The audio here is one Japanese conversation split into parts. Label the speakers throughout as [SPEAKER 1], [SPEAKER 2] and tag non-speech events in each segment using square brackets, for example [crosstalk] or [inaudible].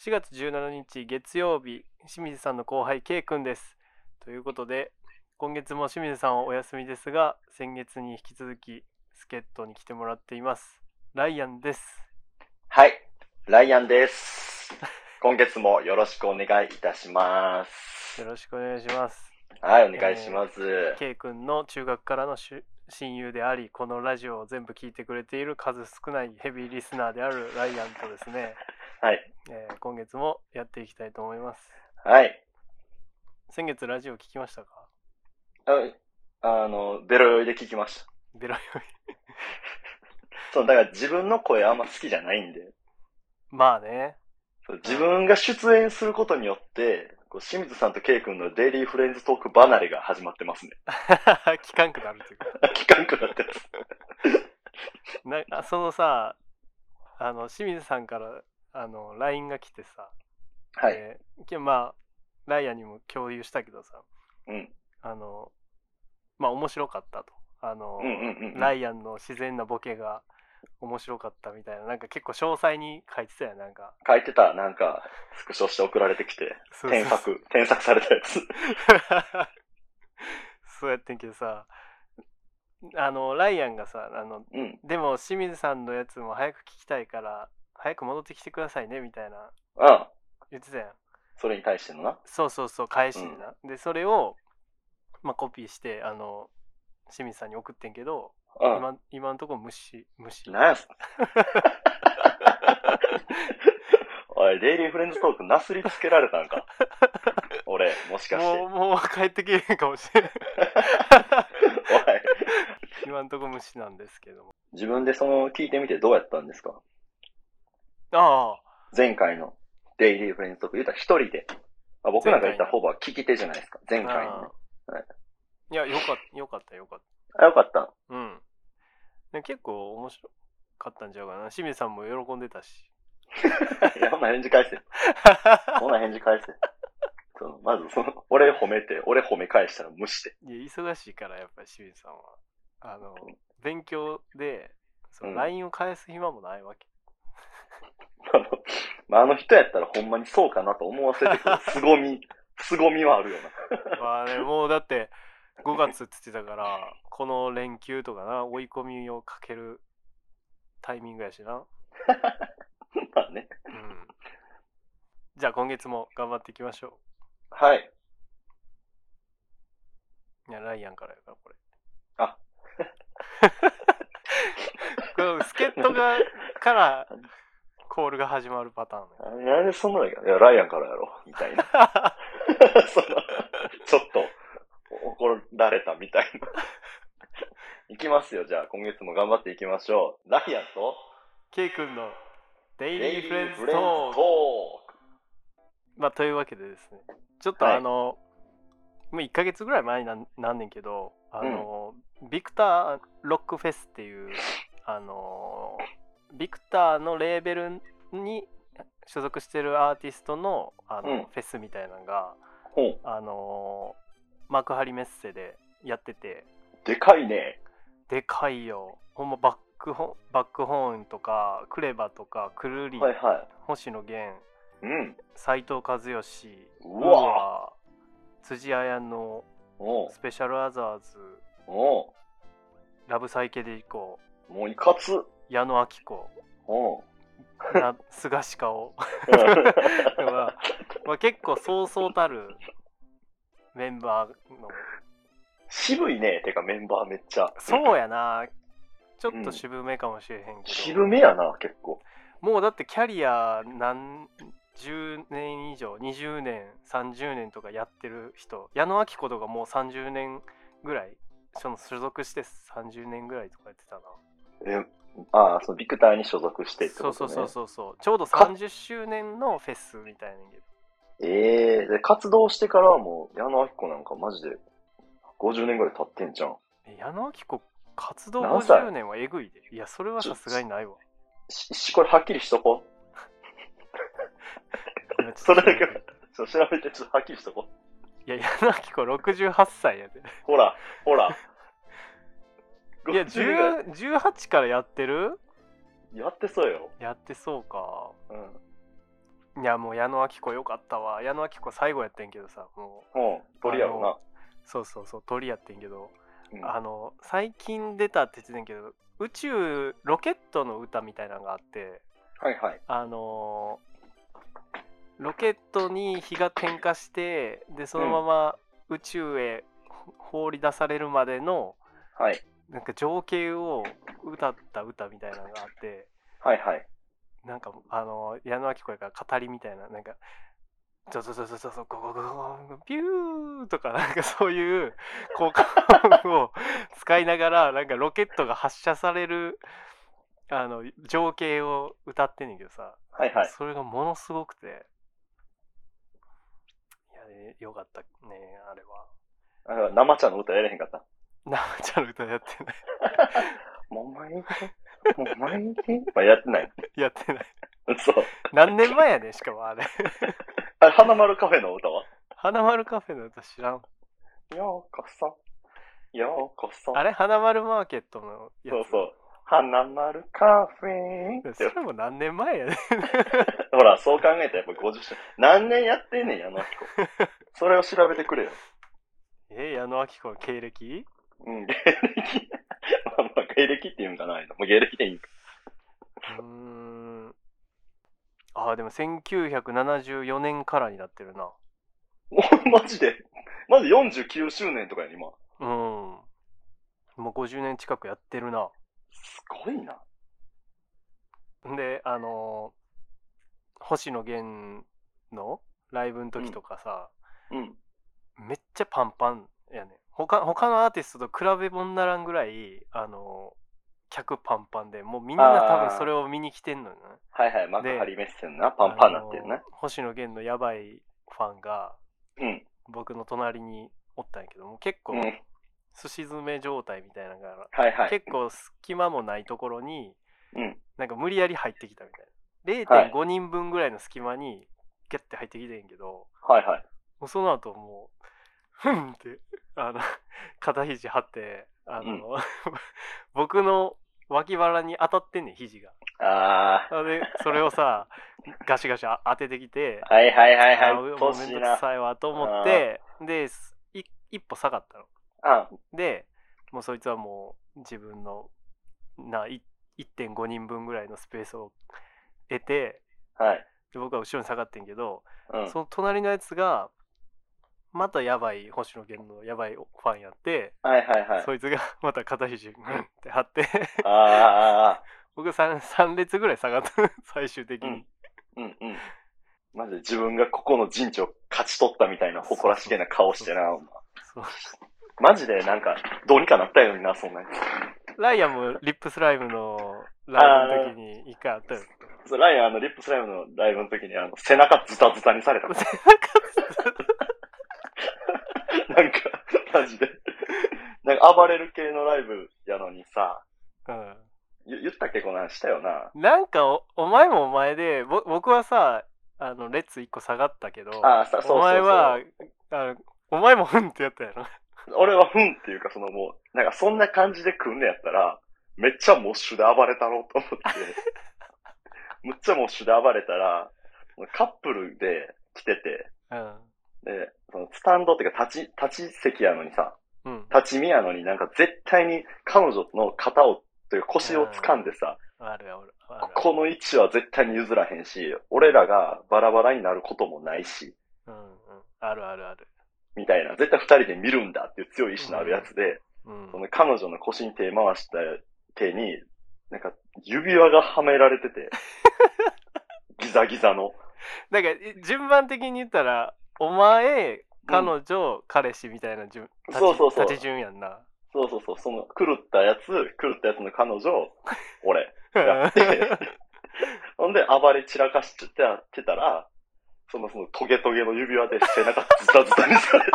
[SPEAKER 1] 4月17日月曜日、清水さんの後輩 K 君です。ということで、今月も清水さんはお休みですが、先月に引き続き助っ人に来てもらっています。ライアンです。
[SPEAKER 2] はい、ライアンです。今月もよろしくお願いいたし
[SPEAKER 1] よ
[SPEAKER 2] ます。
[SPEAKER 1] ろしくお願いします。
[SPEAKER 2] はい、お願いします。
[SPEAKER 1] K 君の中学からのしゅ親友であり、このラジオを全部聞いてくれている数少ないヘビーリスナーであるライアンとですね、
[SPEAKER 2] はい、
[SPEAKER 1] えー今月もやっていきたいと思います。
[SPEAKER 2] はい。
[SPEAKER 1] 先月ラジオ聞きましたか [laughs]
[SPEAKER 2] ああの、ベロ酔いで聞きました。
[SPEAKER 1] ベロ酔い。
[SPEAKER 2] そう、だから自分の声あんま好きじゃないんで、
[SPEAKER 1] まあね。 [laughs]
[SPEAKER 2] そう自分が出演することによって、こう清水さんと K 君のデイリーフレンズトーク離れが始まってますね。 [laughs]
[SPEAKER 1] 聞かんくなるというか
[SPEAKER 2] 聞かんくなってます。
[SPEAKER 1] な [laughs] あそのさあの清水さんからあの LINE が来てさ、
[SPEAKER 2] はい。
[SPEAKER 1] で今日まあライアンにも共有したけどさ
[SPEAKER 2] うん。
[SPEAKER 1] あのまあ面白かったとあの、
[SPEAKER 2] うんうんうん。
[SPEAKER 1] ライアンの自然なボケが面白かったみたいななんか結構詳細に書いてたよなんか
[SPEAKER 2] 書いてた、なんか、スクショして送られてきて、
[SPEAKER 1] そうそう
[SPEAKER 2] 添削、添削されたやつ。
[SPEAKER 1] [laughs] そうやってんけどさあのライアンがさあの
[SPEAKER 2] うん。
[SPEAKER 1] でも清水さんのやつも早く聞きたいから早く戻ってきてくださいねみたいな
[SPEAKER 2] うん。
[SPEAKER 1] 言ってたやん
[SPEAKER 2] それに対してのな。
[SPEAKER 1] そうそうそう返しにな、でそれを、まあ、コピーしてあの清水さんに送ってんけど、
[SPEAKER 2] うん。
[SPEAKER 1] 今今のところ無視無視
[SPEAKER 2] なんやそ [laughs] おい、デイリーフレンズトークなすりつけられたんか。俺、もしかして。
[SPEAKER 1] もうもう帰ってけえへんかもしれん
[SPEAKER 2] [laughs] おい、
[SPEAKER 1] 今のところ無視なんですけども
[SPEAKER 2] 自分でその聞いてみてどうやったんですか
[SPEAKER 1] ああ
[SPEAKER 2] 前回のデイリーフレンズトーク言うたら一人で。あ僕なんか言ったらほぼ聞き手じゃないですか。前回のね。
[SPEAKER 1] ああ
[SPEAKER 2] はい
[SPEAKER 1] いやよかったよかったよかっ
[SPEAKER 2] あ、よかった。
[SPEAKER 1] たうんで結構面白かったんちゃうかな清水さんも喜んでたし
[SPEAKER 2] いや、ほな返事返せ。ほな返事返せ。そのまずその、俺褒めて、俺褒め返したら無視で。
[SPEAKER 1] いや忙しいからやっぱり清水さんはあの
[SPEAKER 2] うん
[SPEAKER 1] 勉強でその
[SPEAKER 2] うん
[SPEAKER 1] LINE を返す暇もないわけ、
[SPEAKER 2] あの、まあ、あの人やったらほんまにそうかなと思わせてくる凄み、凄みはあるよな。
[SPEAKER 1] まあね、もうだって5月っつってたからこの連休とかな追い込みをかけるタイミングやしな、
[SPEAKER 2] まあね。
[SPEAKER 1] うん、じゃあ今月も頑張っていきましょ
[SPEAKER 2] はい。
[SPEAKER 1] ういやライアンからやからこれ
[SPEAKER 2] あ
[SPEAKER 1] [laughs] この助っ人がからコールが始まるパターンね
[SPEAKER 2] なんでそんなのやいや、ライアンからやろ。みたいな。 [laughs] その、ちょっと、怒られたみたいな。いきますよ、じゃあ、今月も頑張っていきましょう。ライアンと、
[SPEAKER 1] K 君のデイリ
[SPEAKER 2] デイ
[SPEAKER 1] ー
[SPEAKER 2] リ
[SPEAKER 1] フレ
[SPEAKER 2] ー
[SPEAKER 1] ンズト
[SPEAKER 2] フレンズ
[SPEAKER 1] ー
[SPEAKER 2] ト
[SPEAKER 1] ク
[SPEAKER 2] ーク。
[SPEAKER 1] まあというわけでですねちょっと
[SPEAKER 2] はい
[SPEAKER 1] あの、もう1ヶ月ぐらい前になんなんねんけどあの、ビクターロックフェスっていうあのビクターのレーベルに所属してるアーティストのあの、
[SPEAKER 2] うん
[SPEAKER 1] フェスみたいなのが
[SPEAKER 2] ほう、
[SPEAKER 1] あの幕張メッセでやってて
[SPEAKER 2] でかいね。
[SPEAKER 1] でかいよほんまバックホバックホーンとかクレバとかくるり、
[SPEAKER 2] はいは
[SPEAKER 1] 星野源
[SPEAKER 2] い。うん。
[SPEAKER 1] 斉藤和義
[SPEAKER 2] うわ
[SPEAKER 1] うわ辻彩の
[SPEAKER 2] おう
[SPEAKER 1] スペシャルアザーズ
[SPEAKER 2] おう
[SPEAKER 1] ラブサイケデリコ
[SPEAKER 2] もういかつ。
[SPEAKER 1] 矢野顕
[SPEAKER 2] [laughs]
[SPEAKER 1] 子
[SPEAKER 2] おう
[SPEAKER 1] な菅氏顔ま
[SPEAKER 2] [laughs]
[SPEAKER 1] あまあ結構そうそうたるメンバーの
[SPEAKER 2] 渋いね。てか、メンバーめっちゃ。
[SPEAKER 1] そうやなちょっと渋めかもしれへんけど、
[SPEAKER 2] 渋めやな、結構。
[SPEAKER 1] もうだってキャリア何10年以上20年30年とかやってる人矢野顕子とかもう30年ぐらいその所属して30年ぐらいとかやってたな
[SPEAKER 2] え、ああ、そのビクターに所属してって
[SPEAKER 1] そ
[SPEAKER 2] ことね。
[SPEAKER 1] うそうそうそうそうちょうど
[SPEAKER 2] か
[SPEAKER 1] 30周年のフェスみたいなんやけど
[SPEAKER 2] ええで、活動してからはもう、矢野明子なんかマジで、50年ぐらい経ってんじゃん。
[SPEAKER 1] え矢野顕子活動
[SPEAKER 2] 何歳
[SPEAKER 1] 50年はえぐいでいやそれはさすがにないわ
[SPEAKER 2] し、し、これはっきりしとこう。
[SPEAKER 1] 今ちょっと
[SPEAKER 2] それだけは、ちょっと調べて、ちょっとはっきりしとこう。
[SPEAKER 1] いや矢野顕子68歳やで
[SPEAKER 2] ほら、ほら。
[SPEAKER 1] いや
[SPEAKER 2] 50ぐら
[SPEAKER 1] 10 18からやってる
[SPEAKER 2] やってそうよ。
[SPEAKER 1] やってそうか
[SPEAKER 2] うん。
[SPEAKER 1] いやもう矢野明子よかったわ矢野明子最後やってんけどさも
[SPEAKER 2] うん、鳥やろ
[SPEAKER 1] うそうそうそう鳥やってんけど、
[SPEAKER 2] な。
[SPEAKER 1] あの最近出たって言ってたんやけど宇宙ロケットの歌みたいなのがあって
[SPEAKER 2] うん、はいはい。
[SPEAKER 1] あのーロケットに火が点火してでそのまま宇宙へ放り出されるまでの
[SPEAKER 2] はい。
[SPEAKER 1] なんか情景を歌った歌みたいなのがあって
[SPEAKER 2] はいはい。
[SPEAKER 1] なんかあのー矢野明子やから語りみたいななんか「ゾゾゾゾゾゾゴゴゴゴピュー」とかなんかそういう効果音を使いながらなんかロケットが発射されるあの情景を歌ってんねんけどさ
[SPEAKER 2] はいはい。
[SPEAKER 1] それがものすごくていや、ね、よかったねあれは
[SPEAKER 2] あの生茶の歌やれへんか
[SPEAKER 1] [laughs]
[SPEAKER 2] った。
[SPEAKER 1] 生茶の歌やってない [laughs]
[SPEAKER 2] もう毎日、もう毎日。まあ、やってない。
[SPEAKER 1] やってない
[SPEAKER 2] そう。
[SPEAKER 1] 何年前やねんしかもあれ
[SPEAKER 2] あれ、花丸カフェの歌は
[SPEAKER 1] 花丸カフェの歌知らん
[SPEAKER 2] ようこそ。ようこそ。
[SPEAKER 1] あれ花丸マーケットのやつ
[SPEAKER 2] そうそう。花丸カフェっ
[SPEAKER 1] そ
[SPEAKER 2] て
[SPEAKER 1] れ。も何年前やねん
[SPEAKER 2] ほら、そう考えたらやっぱ50周何年やってんねん、矢
[SPEAKER 1] [laughs]
[SPEAKER 2] 野明子。それを調べてくれよ。
[SPEAKER 1] え矢野明子の経歴
[SPEAKER 2] うん、 [laughs] 芸歴。まあまあ、芸歴っていうんかな、ああいうのもう芸歴でいいんか。
[SPEAKER 1] うーんああでも1974年からになってるな
[SPEAKER 2] もうマジで、マジ49周年とかやね、今。
[SPEAKER 1] うんもう50年近くやってるな
[SPEAKER 2] すごいな。
[SPEAKER 1] であのー星野源のライブの時とかさ、
[SPEAKER 2] うん。
[SPEAKER 1] めっちゃパンパンやねん他他のアーティストと比べもんならんぐらいあのー客パンパンでもうみんな多分それを見に来てんのよね
[SPEAKER 2] はいはい、幕張メッセのな、パンパンなってる
[SPEAKER 1] あの
[SPEAKER 2] な
[SPEAKER 1] ー。星野源のやばいファンが
[SPEAKER 2] うん。
[SPEAKER 1] 僕の隣におったんやけども結構
[SPEAKER 2] うん。
[SPEAKER 1] すし詰め状態みたいなのが、
[SPEAKER 2] はいはい。
[SPEAKER 1] 結構隙間もないところに
[SPEAKER 2] うん。
[SPEAKER 1] なんか無理やり入ってきたみたいな。0.5人分ぐらいの隙間にギャッて入ってきてんけど、
[SPEAKER 2] はいはい。
[SPEAKER 1] もうその後もう、 [laughs] ふんって、あの、 [laughs] 肩肘張って、あの、
[SPEAKER 2] うん
[SPEAKER 1] [laughs] 僕の脇腹に当たってんねん、肘が。
[SPEAKER 2] あ
[SPEAKER 1] で、それを
[SPEAKER 2] [laughs]
[SPEAKER 1] さ、ガシガシ当ててきて、
[SPEAKER 2] ー。はいはいはい
[SPEAKER 1] あ
[SPEAKER 2] は
[SPEAKER 1] も
[SPEAKER 2] い。
[SPEAKER 1] う
[SPEAKER 2] と
[SPEAKER 1] め
[SPEAKER 2] し
[SPEAKER 1] ん
[SPEAKER 2] い
[SPEAKER 1] ど
[SPEAKER 2] な
[SPEAKER 1] く。さいわと思って、で、すい一歩下がったの。
[SPEAKER 2] あ
[SPEAKER 1] で、もうそいつはもう自分の、な、い1.5人分ぐらいのスペースを得て、
[SPEAKER 2] はい。
[SPEAKER 1] で僕は後ろに下がってんけど、
[SPEAKER 2] うん。
[SPEAKER 1] その隣のやつが、またやばい、星野源のやばいファンやって、
[SPEAKER 2] はいはいはい。
[SPEAKER 1] そいつが [laughs] また肩肘グンって張って、 [laughs]
[SPEAKER 2] あ
[SPEAKER 1] 僕 3, 三列ぐらい下がった、 [laughs] 最終的に。
[SPEAKER 2] うんー。うんうん。マジで自分がここの陣地を勝ち取ったみたいな誇らしげな顔してな。
[SPEAKER 1] そう
[SPEAKER 2] マジでなんか、どうにかなったようにな、そんなや
[SPEAKER 1] ライアンもリップスライムのライブの時に一回あったよ。
[SPEAKER 2] つそうライアン、あの、リップスライムのライブの時に、あの、背中ズタズタにされた。なんか、マジで。なんか、暴れる系のライブやのにさ、ゆ言ったっけこの話したよな。
[SPEAKER 1] うん、なんかお、お前もお前で、ぼ僕はさ、あの、列一個下がったけど、
[SPEAKER 2] あーさそうそうそう
[SPEAKER 1] お前は、あのお前もふんってやったやろ。
[SPEAKER 2] 俺は、ふんっていうか、そのもう、なんか、そんな感じで来んのやったら、めっちゃモッシュで暴れたろうと思って、 [laughs] むっちゃモッシュで暴れたら、カップルで来てて、
[SPEAKER 1] うん。
[SPEAKER 2] で、そのスタンドっていうか、立ち、立ち席やのにさ、
[SPEAKER 1] うん。
[SPEAKER 2] 立ち見やのになんか絶対に彼女の肩を、という腰を掴んでさ、
[SPEAKER 1] あるあるある
[SPEAKER 2] こ。この位置は絶対に譲らへんし、俺らがバラバラになることもないし、
[SPEAKER 1] うんうん。あるあるある。
[SPEAKER 2] みたいな、絶対二人で見るんだっていう強い意志のあるやつで、
[SPEAKER 1] うん
[SPEAKER 2] その彼女の腰に手回した手に、なんか指輪がはめられ
[SPEAKER 1] [laughs]
[SPEAKER 2] てて、ギザギザの。
[SPEAKER 1] なんかえ順番的に言ったらお前彼女、彼氏みたいな順立ち
[SPEAKER 2] そうそうそう
[SPEAKER 1] 立ち順やんな
[SPEAKER 2] そうそうそう、その狂ったやつ、狂ったやつの彼女、俺。
[SPEAKER 1] [laughs]
[SPEAKER 2] やっほんで、暴れ散らかしてたてたら、その、その、トゲトゲの指輪で背中ズタズタにされて、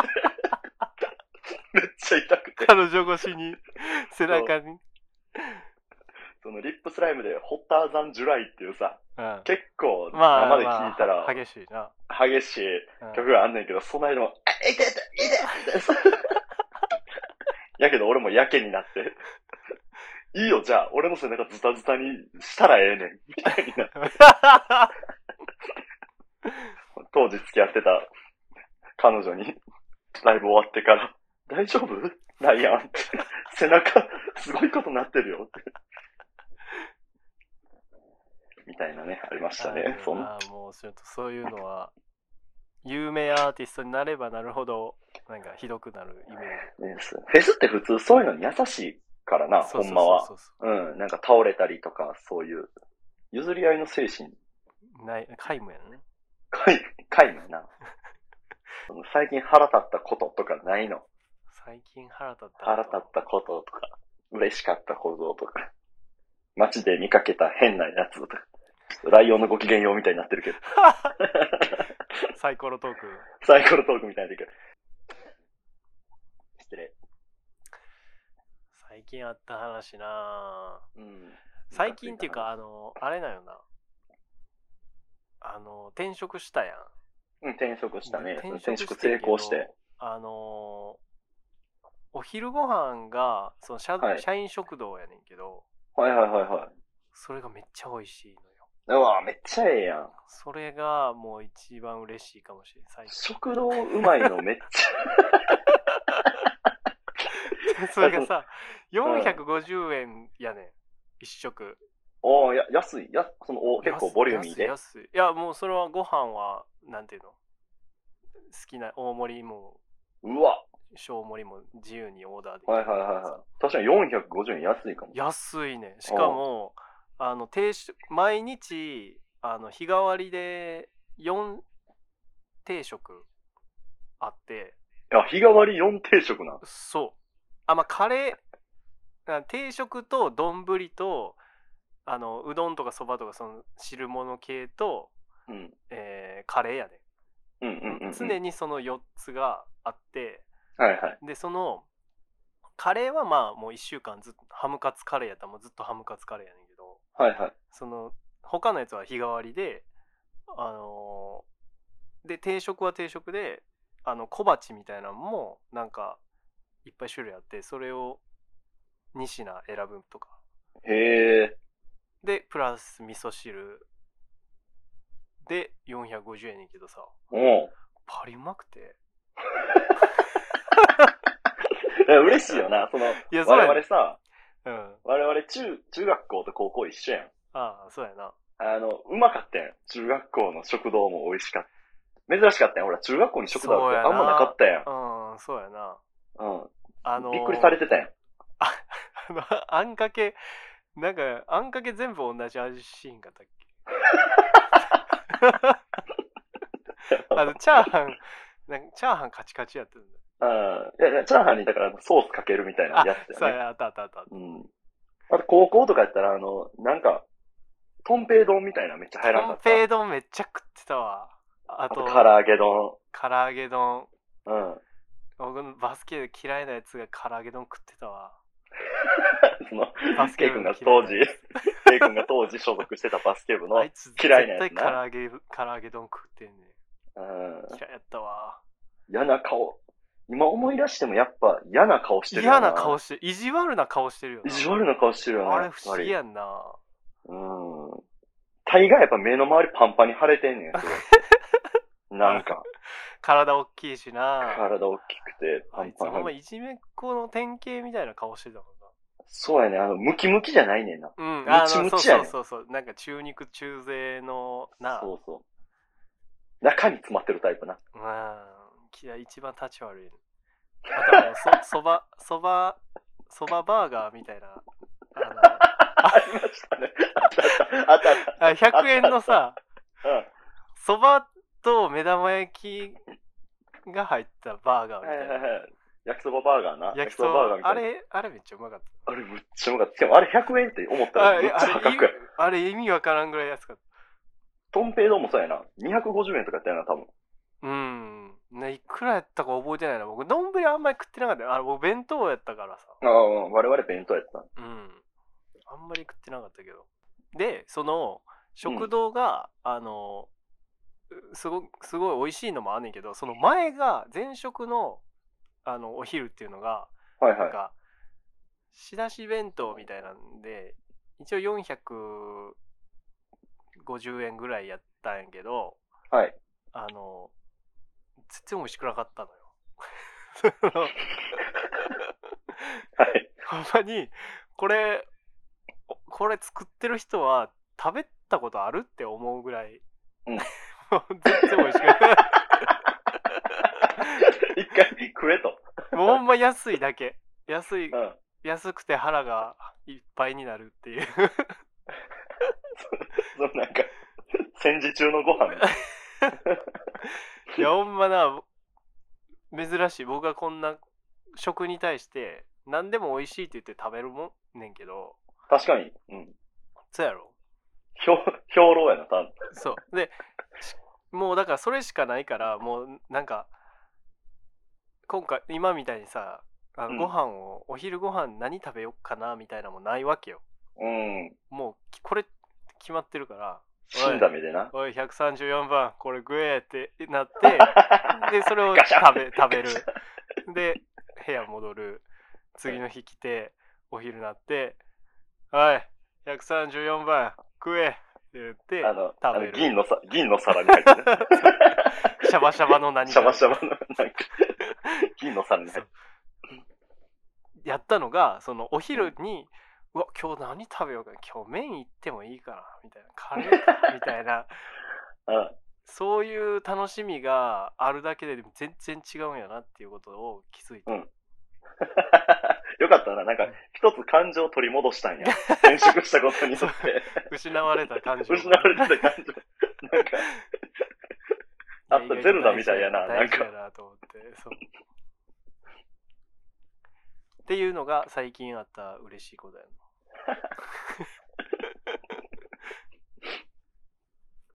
[SPEAKER 2] [laughs] めっちゃ痛くて、
[SPEAKER 1] 彼女越しに背中に、
[SPEAKER 2] その、リップスライムで、ホッターザンジュライっていうさ、
[SPEAKER 1] うん、まあ
[SPEAKER 2] 結構、
[SPEAKER 1] ま
[SPEAKER 2] 生
[SPEAKER 1] あ
[SPEAKER 2] で聞いたら、
[SPEAKER 1] 激しいな、
[SPEAKER 2] 激しい
[SPEAKER 1] うん [laughs]
[SPEAKER 2] 曲があんねんけど、その間も、あ、痛い痛い痛い痛い痛い痛いやけど、俺もやけになって、いいよ、じゃあ、俺の背中ズタズタにしたらええねん、みたいな。当時付き合ってた彼女に、ライブ終わってから、大丈夫ライアンって。背中、すごいことなってるよって。みたいなね、ありました
[SPEAKER 1] あ
[SPEAKER 2] ね
[SPEAKER 1] る。
[SPEAKER 2] そん
[SPEAKER 1] なもうちょっとそういうのは有名アーティストになればなるほどなんかひどくなるイメー
[SPEAKER 2] ですフェスって普通そういうのに優しいからな、
[SPEAKER 1] ジそう
[SPEAKER 2] ほ
[SPEAKER 1] そ
[SPEAKER 2] ん
[SPEAKER 1] う
[SPEAKER 2] まは
[SPEAKER 1] そ。うそ
[SPEAKER 2] うん、なんか倒れたりとか、そういう、譲り合いの精神、
[SPEAKER 1] うない皆無やね
[SPEAKER 2] かい、 [laughs] かいな。最近腹立ったこととかないの
[SPEAKER 1] 最近腹立った
[SPEAKER 2] 腹立ったこととか、嬉しかったこととか、街で見かけた変なやつとか、ライオンのご機嫌ようみたいになってるけど、
[SPEAKER 1] た [laughs]
[SPEAKER 2] [laughs]
[SPEAKER 1] サイコロトーク
[SPEAKER 2] サイコロトークみたいになってるけど。失礼。
[SPEAKER 1] 最近あった話なぁ
[SPEAKER 2] うん。
[SPEAKER 1] 最近っていうかあのあれなんよなあの転職したやん
[SPEAKER 2] うん、転職したね。
[SPEAKER 1] 転職
[SPEAKER 2] 転
[SPEAKER 1] して
[SPEAKER 2] 職
[SPEAKER 1] んけど
[SPEAKER 2] 成功して。
[SPEAKER 1] あのーお昼ご飯がその社,、
[SPEAKER 2] はい
[SPEAKER 1] 社員食堂やねんけど
[SPEAKER 2] はいはいはいはい。
[SPEAKER 1] それがめっちゃ美味しいのよ
[SPEAKER 2] うわめっちゃええやん。
[SPEAKER 1] それがもう一番嬉しいかもしれない最
[SPEAKER 2] [laughs] 食堂うまいのめっちゃ。
[SPEAKER 1] 近それがさ
[SPEAKER 2] うん
[SPEAKER 1] 450円やねん一食
[SPEAKER 2] おーや、安い。や、その、お結構ボリューミーで。
[SPEAKER 1] 安い安いいやもうそれはご飯はなんていうの好きな大盛りも
[SPEAKER 2] うわ
[SPEAKER 1] 小盛りも自由にオーダーできる
[SPEAKER 2] はいはいはいはい。確かに450円安いかも。
[SPEAKER 1] 安いねしかもあの定食毎日あの日替わりで4定食あって
[SPEAKER 2] あ、日替わり4定食なん。
[SPEAKER 1] そうあまあカレーあ定食と丼とあのうどんとかそばとかその汁物系と、
[SPEAKER 2] うん。
[SPEAKER 1] えーカレーやね、
[SPEAKER 2] うんうんうんうん。
[SPEAKER 1] 常にその4つがあって
[SPEAKER 2] はいはい。
[SPEAKER 1] でそのカレーはまあもう1週間ずっとハムカツカレーやったらもうずっとハムカツカレーやねんけど、
[SPEAKER 2] はいはい。
[SPEAKER 1] その他のやつは日替わりであのーで定食は定食であの小鉢みたいなのもなんかいっぱい種類あってそれを2品選ぶとか
[SPEAKER 2] へえ。
[SPEAKER 1] でプラス味噌汁で450円やけどさ
[SPEAKER 2] おう
[SPEAKER 1] パリうまくて
[SPEAKER 2] いや嬉しいよな。その、
[SPEAKER 1] いやそうや
[SPEAKER 2] 我
[SPEAKER 1] ね
[SPEAKER 2] 々さ、
[SPEAKER 1] うん
[SPEAKER 2] 我々中、中学校と高校一緒やん。
[SPEAKER 1] ああそうやな
[SPEAKER 2] あの、うまかったやん。中学校の食堂も美味しかった。珍しかったやん。ほら、中学校に食堂ってあんまなかったやん。
[SPEAKER 1] うんそうやな
[SPEAKER 2] うん。
[SPEAKER 1] あのー
[SPEAKER 2] びっくりされてたやん。
[SPEAKER 1] あの [laughs] あんかけなんかあんかけ全部同じ味シーンがったっ
[SPEAKER 2] [laughs]
[SPEAKER 1] けあのチャーハンなんかチャーハンカチカチやってるんだ
[SPEAKER 2] うん。いやいや、チャーハンにだからソースかけるみたいなやつ
[SPEAKER 1] そ
[SPEAKER 2] だ
[SPEAKER 1] う
[SPEAKER 2] よね。
[SPEAKER 1] やあったあったあった
[SPEAKER 2] うん。あと、高校とかやったら、あの、なんか、トンペイ丼みたいなのめっちゃ入らん
[SPEAKER 1] コ
[SPEAKER 2] か
[SPEAKER 1] ン
[SPEAKER 2] った。
[SPEAKER 1] ペイ丼めっちゃ食ってたわあ
[SPEAKER 2] あ
[SPEAKER 1] と
[SPEAKER 2] と、唐揚げ丼。
[SPEAKER 1] 唐揚げ丼
[SPEAKER 2] うん。
[SPEAKER 1] 僕のバスケで嫌いなやつが唐揚げ丼食ってたわ
[SPEAKER 2] その、
[SPEAKER 1] バスケ
[SPEAKER 2] ケイ
[SPEAKER 1] 部
[SPEAKER 2] 君
[SPEAKER 1] の
[SPEAKER 2] が
[SPEAKER 1] 嫌
[SPEAKER 2] 当
[SPEAKER 1] いな
[SPEAKER 2] 時
[SPEAKER 1] や、
[SPEAKER 2] ケイ君が当時所属してたバスケ部の、う
[SPEAKER 1] あ
[SPEAKER 2] ん
[SPEAKER 1] い。つ絶
[SPEAKER 2] 嫌いなやつな
[SPEAKER 1] 対唐揚げ唐揚げ丼食ってんね嫌いやったわ
[SPEAKER 2] 嫌な顔。今思い出してもやっぱ嫌な顔してるよ
[SPEAKER 1] 嫌な顔して意地悪な顔してるよ
[SPEAKER 2] 意
[SPEAKER 1] な
[SPEAKER 2] 地悪な顔してるよね。
[SPEAKER 1] あれ不思議
[SPEAKER 2] やっ
[SPEAKER 1] やんな
[SPEAKER 2] ぱり。うん。大概やっぱ目の周りパンパンに腫れてんねん、す
[SPEAKER 1] [laughs]
[SPEAKER 2] ごいなんか、
[SPEAKER 1] 体大きいしな
[SPEAKER 2] 体大きくて、パ
[SPEAKER 1] あ
[SPEAKER 2] ン
[SPEAKER 1] いつ
[SPEAKER 2] パ
[SPEAKER 1] ほん
[SPEAKER 2] ン
[SPEAKER 1] ま
[SPEAKER 2] 腫れ。
[SPEAKER 1] いじめっ子の典型みたいな顔してたも
[SPEAKER 2] そうやね、あの、ムキムキじゃないねんな。
[SPEAKER 1] んなうん
[SPEAKER 2] ム
[SPEAKER 1] あ
[SPEAKER 2] チム
[SPEAKER 1] のそう
[SPEAKER 2] チや
[SPEAKER 1] そ
[SPEAKER 2] ね
[SPEAKER 1] うそうそうなんか中肉中背のな
[SPEAKER 2] そうそう。中に詰まってるタイプな。 [laughs]
[SPEAKER 1] うん嫌い一番立ち悪いあとはもうそそば [laughs] そばそばバーガーみたいな
[SPEAKER 2] ありましたね。あったあった。あったあっ
[SPEAKER 1] あのあ100円のさ
[SPEAKER 2] た。うん。
[SPEAKER 1] そばと目玉焼きが入ったバーガーみ
[SPEAKER 2] はい
[SPEAKER 1] た
[SPEAKER 2] はいい
[SPEAKER 1] な
[SPEAKER 2] はい。焼きそばバーガーな。
[SPEAKER 1] 焼きそ
[SPEAKER 2] バーガー
[SPEAKER 1] ば
[SPEAKER 2] みた
[SPEAKER 1] あ
[SPEAKER 2] いな。
[SPEAKER 1] れあれめっちゃうまかった
[SPEAKER 2] あれ、むっちゃうまかった。しかもあれ100円って思ったら、
[SPEAKER 1] あ
[SPEAKER 2] むっちゃ破格や。
[SPEAKER 1] あれ意味わからんぐらい安かった
[SPEAKER 2] トンペイ丼もそうやな。250円とかやったよな、多分。
[SPEAKER 1] うん。ね、いくらやったか覚えてないな。僕、丼あんまり食ってなかったよ。あれ、僕、弁当やったからさ。
[SPEAKER 2] ああ、我々弁当やった。
[SPEAKER 1] うん。あんまり食ってなかったけど。で、その、食堂が、あの、すご、すごい美味しいのもあんねんけど、その前が、前食の、あの、お昼っていうのが、
[SPEAKER 2] はい
[SPEAKER 1] なん
[SPEAKER 2] は
[SPEAKER 1] か、仕出し弁当みたいなんで、一応450円ぐらいやったんやけど、
[SPEAKER 2] はい。
[SPEAKER 1] あの、全然美味しくなかったのよ。 [laughs] その
[SPEAKER 2] はい。
[SPEAKER 1] ほんまに、これ、おこれ作ってる人は食べたことあるって思うぐらい、 [laughs]
[SPEAKER 2] うん
[SPEAKER 1] 全然美味しくない。
[SPEAKER 2] 一回食えと。
[SPEAKER 1] もうほんま安いだけ。安い、
[SPEAKER 2] うん。
[SPEAKER 1] 安くて腹がいっぱいになるっていう。
[SPEAKER 2] そのなんか、戦時中のご飯。
[SPEAKER 1] いや、ほんまな、珍しい。僕がこんな食に対して、何でも美味しいって言って食べるもんねんけど、
[SPEAKER 2] 確かに。うん。
[SPEAKER 1] そうやろ
[SPEAKER 2] 兵、 [laughs] 兵糧やな、たん。
[SPEAKER 1] そう。で、しもうだからそれしかないから、もうなんか、今回、今みたいにさ、あ
[SPEAKER 2] う
[SPEAKER 1] の
[SPEAKER 2] ん
[SPEAKER 1] ご飯を、お昼ご飯何食べよっかなみたいなのもないわけよ。
[SPEAKER 2] うん。
[SPEAKER 1] もうき、これ決まってるから、
[SPEAKER 2] 死んだ目でな。
[SPEAKER 1] おい、134番、これ食えってな
[SPEAKER 2] [laughs]
[SPEAKER 1] って、で、それを
[SPEAKER 2] ガシャ
[SPEAKER 1] 食べ、食べる。で、部屋戻る。次の日来て、お昼なって、はい、134番、食えって言って、
[SPEAKER 2] [laughs] あの、あ
[SPEAKER 1] 食べ
[SPEAKER 2] の
[SPEAKER 1] る
[SPEAKER 2] 銀のさ、銀の皿に入ってる。
[SPEAKER 1] シャバシャバの [laughs] 何か
[SPEAKER 2] シャバシャバの、
[SPEAKER 1] [laughs]
[SPEAKER 2] なんか、銀の皿に入って
[SPEAKER 1] やったのがそのお昼に、うわ今日何食べようか今日麺行ってもいいかなみたいなカレーかみたい
[SPEAKER 2] [laughs]
[SPEAKER 1] な
[SPEAKER 2] る。
[SPEAKER 1] そういう楽しみがあるだけで全然違うんやなっていうことを気づいた、
[SPEAKER 2] うんうん。よかったな、なんか、一つ感情を取り戻したんや。転職したことによって、
[SPEAKER 1] 失われた感情が
[SPEAKER 2] 失われてた感情。なんか、あった
[SPEAKER 1] いや意外と
[SPEAKER 2] ゼロだみたいやな
[SPEAKER 1] 大事
[SPEAKER 2] な
[SPEAKER 1] やなと思ってそうっていうのが最近あった嬉しいことやな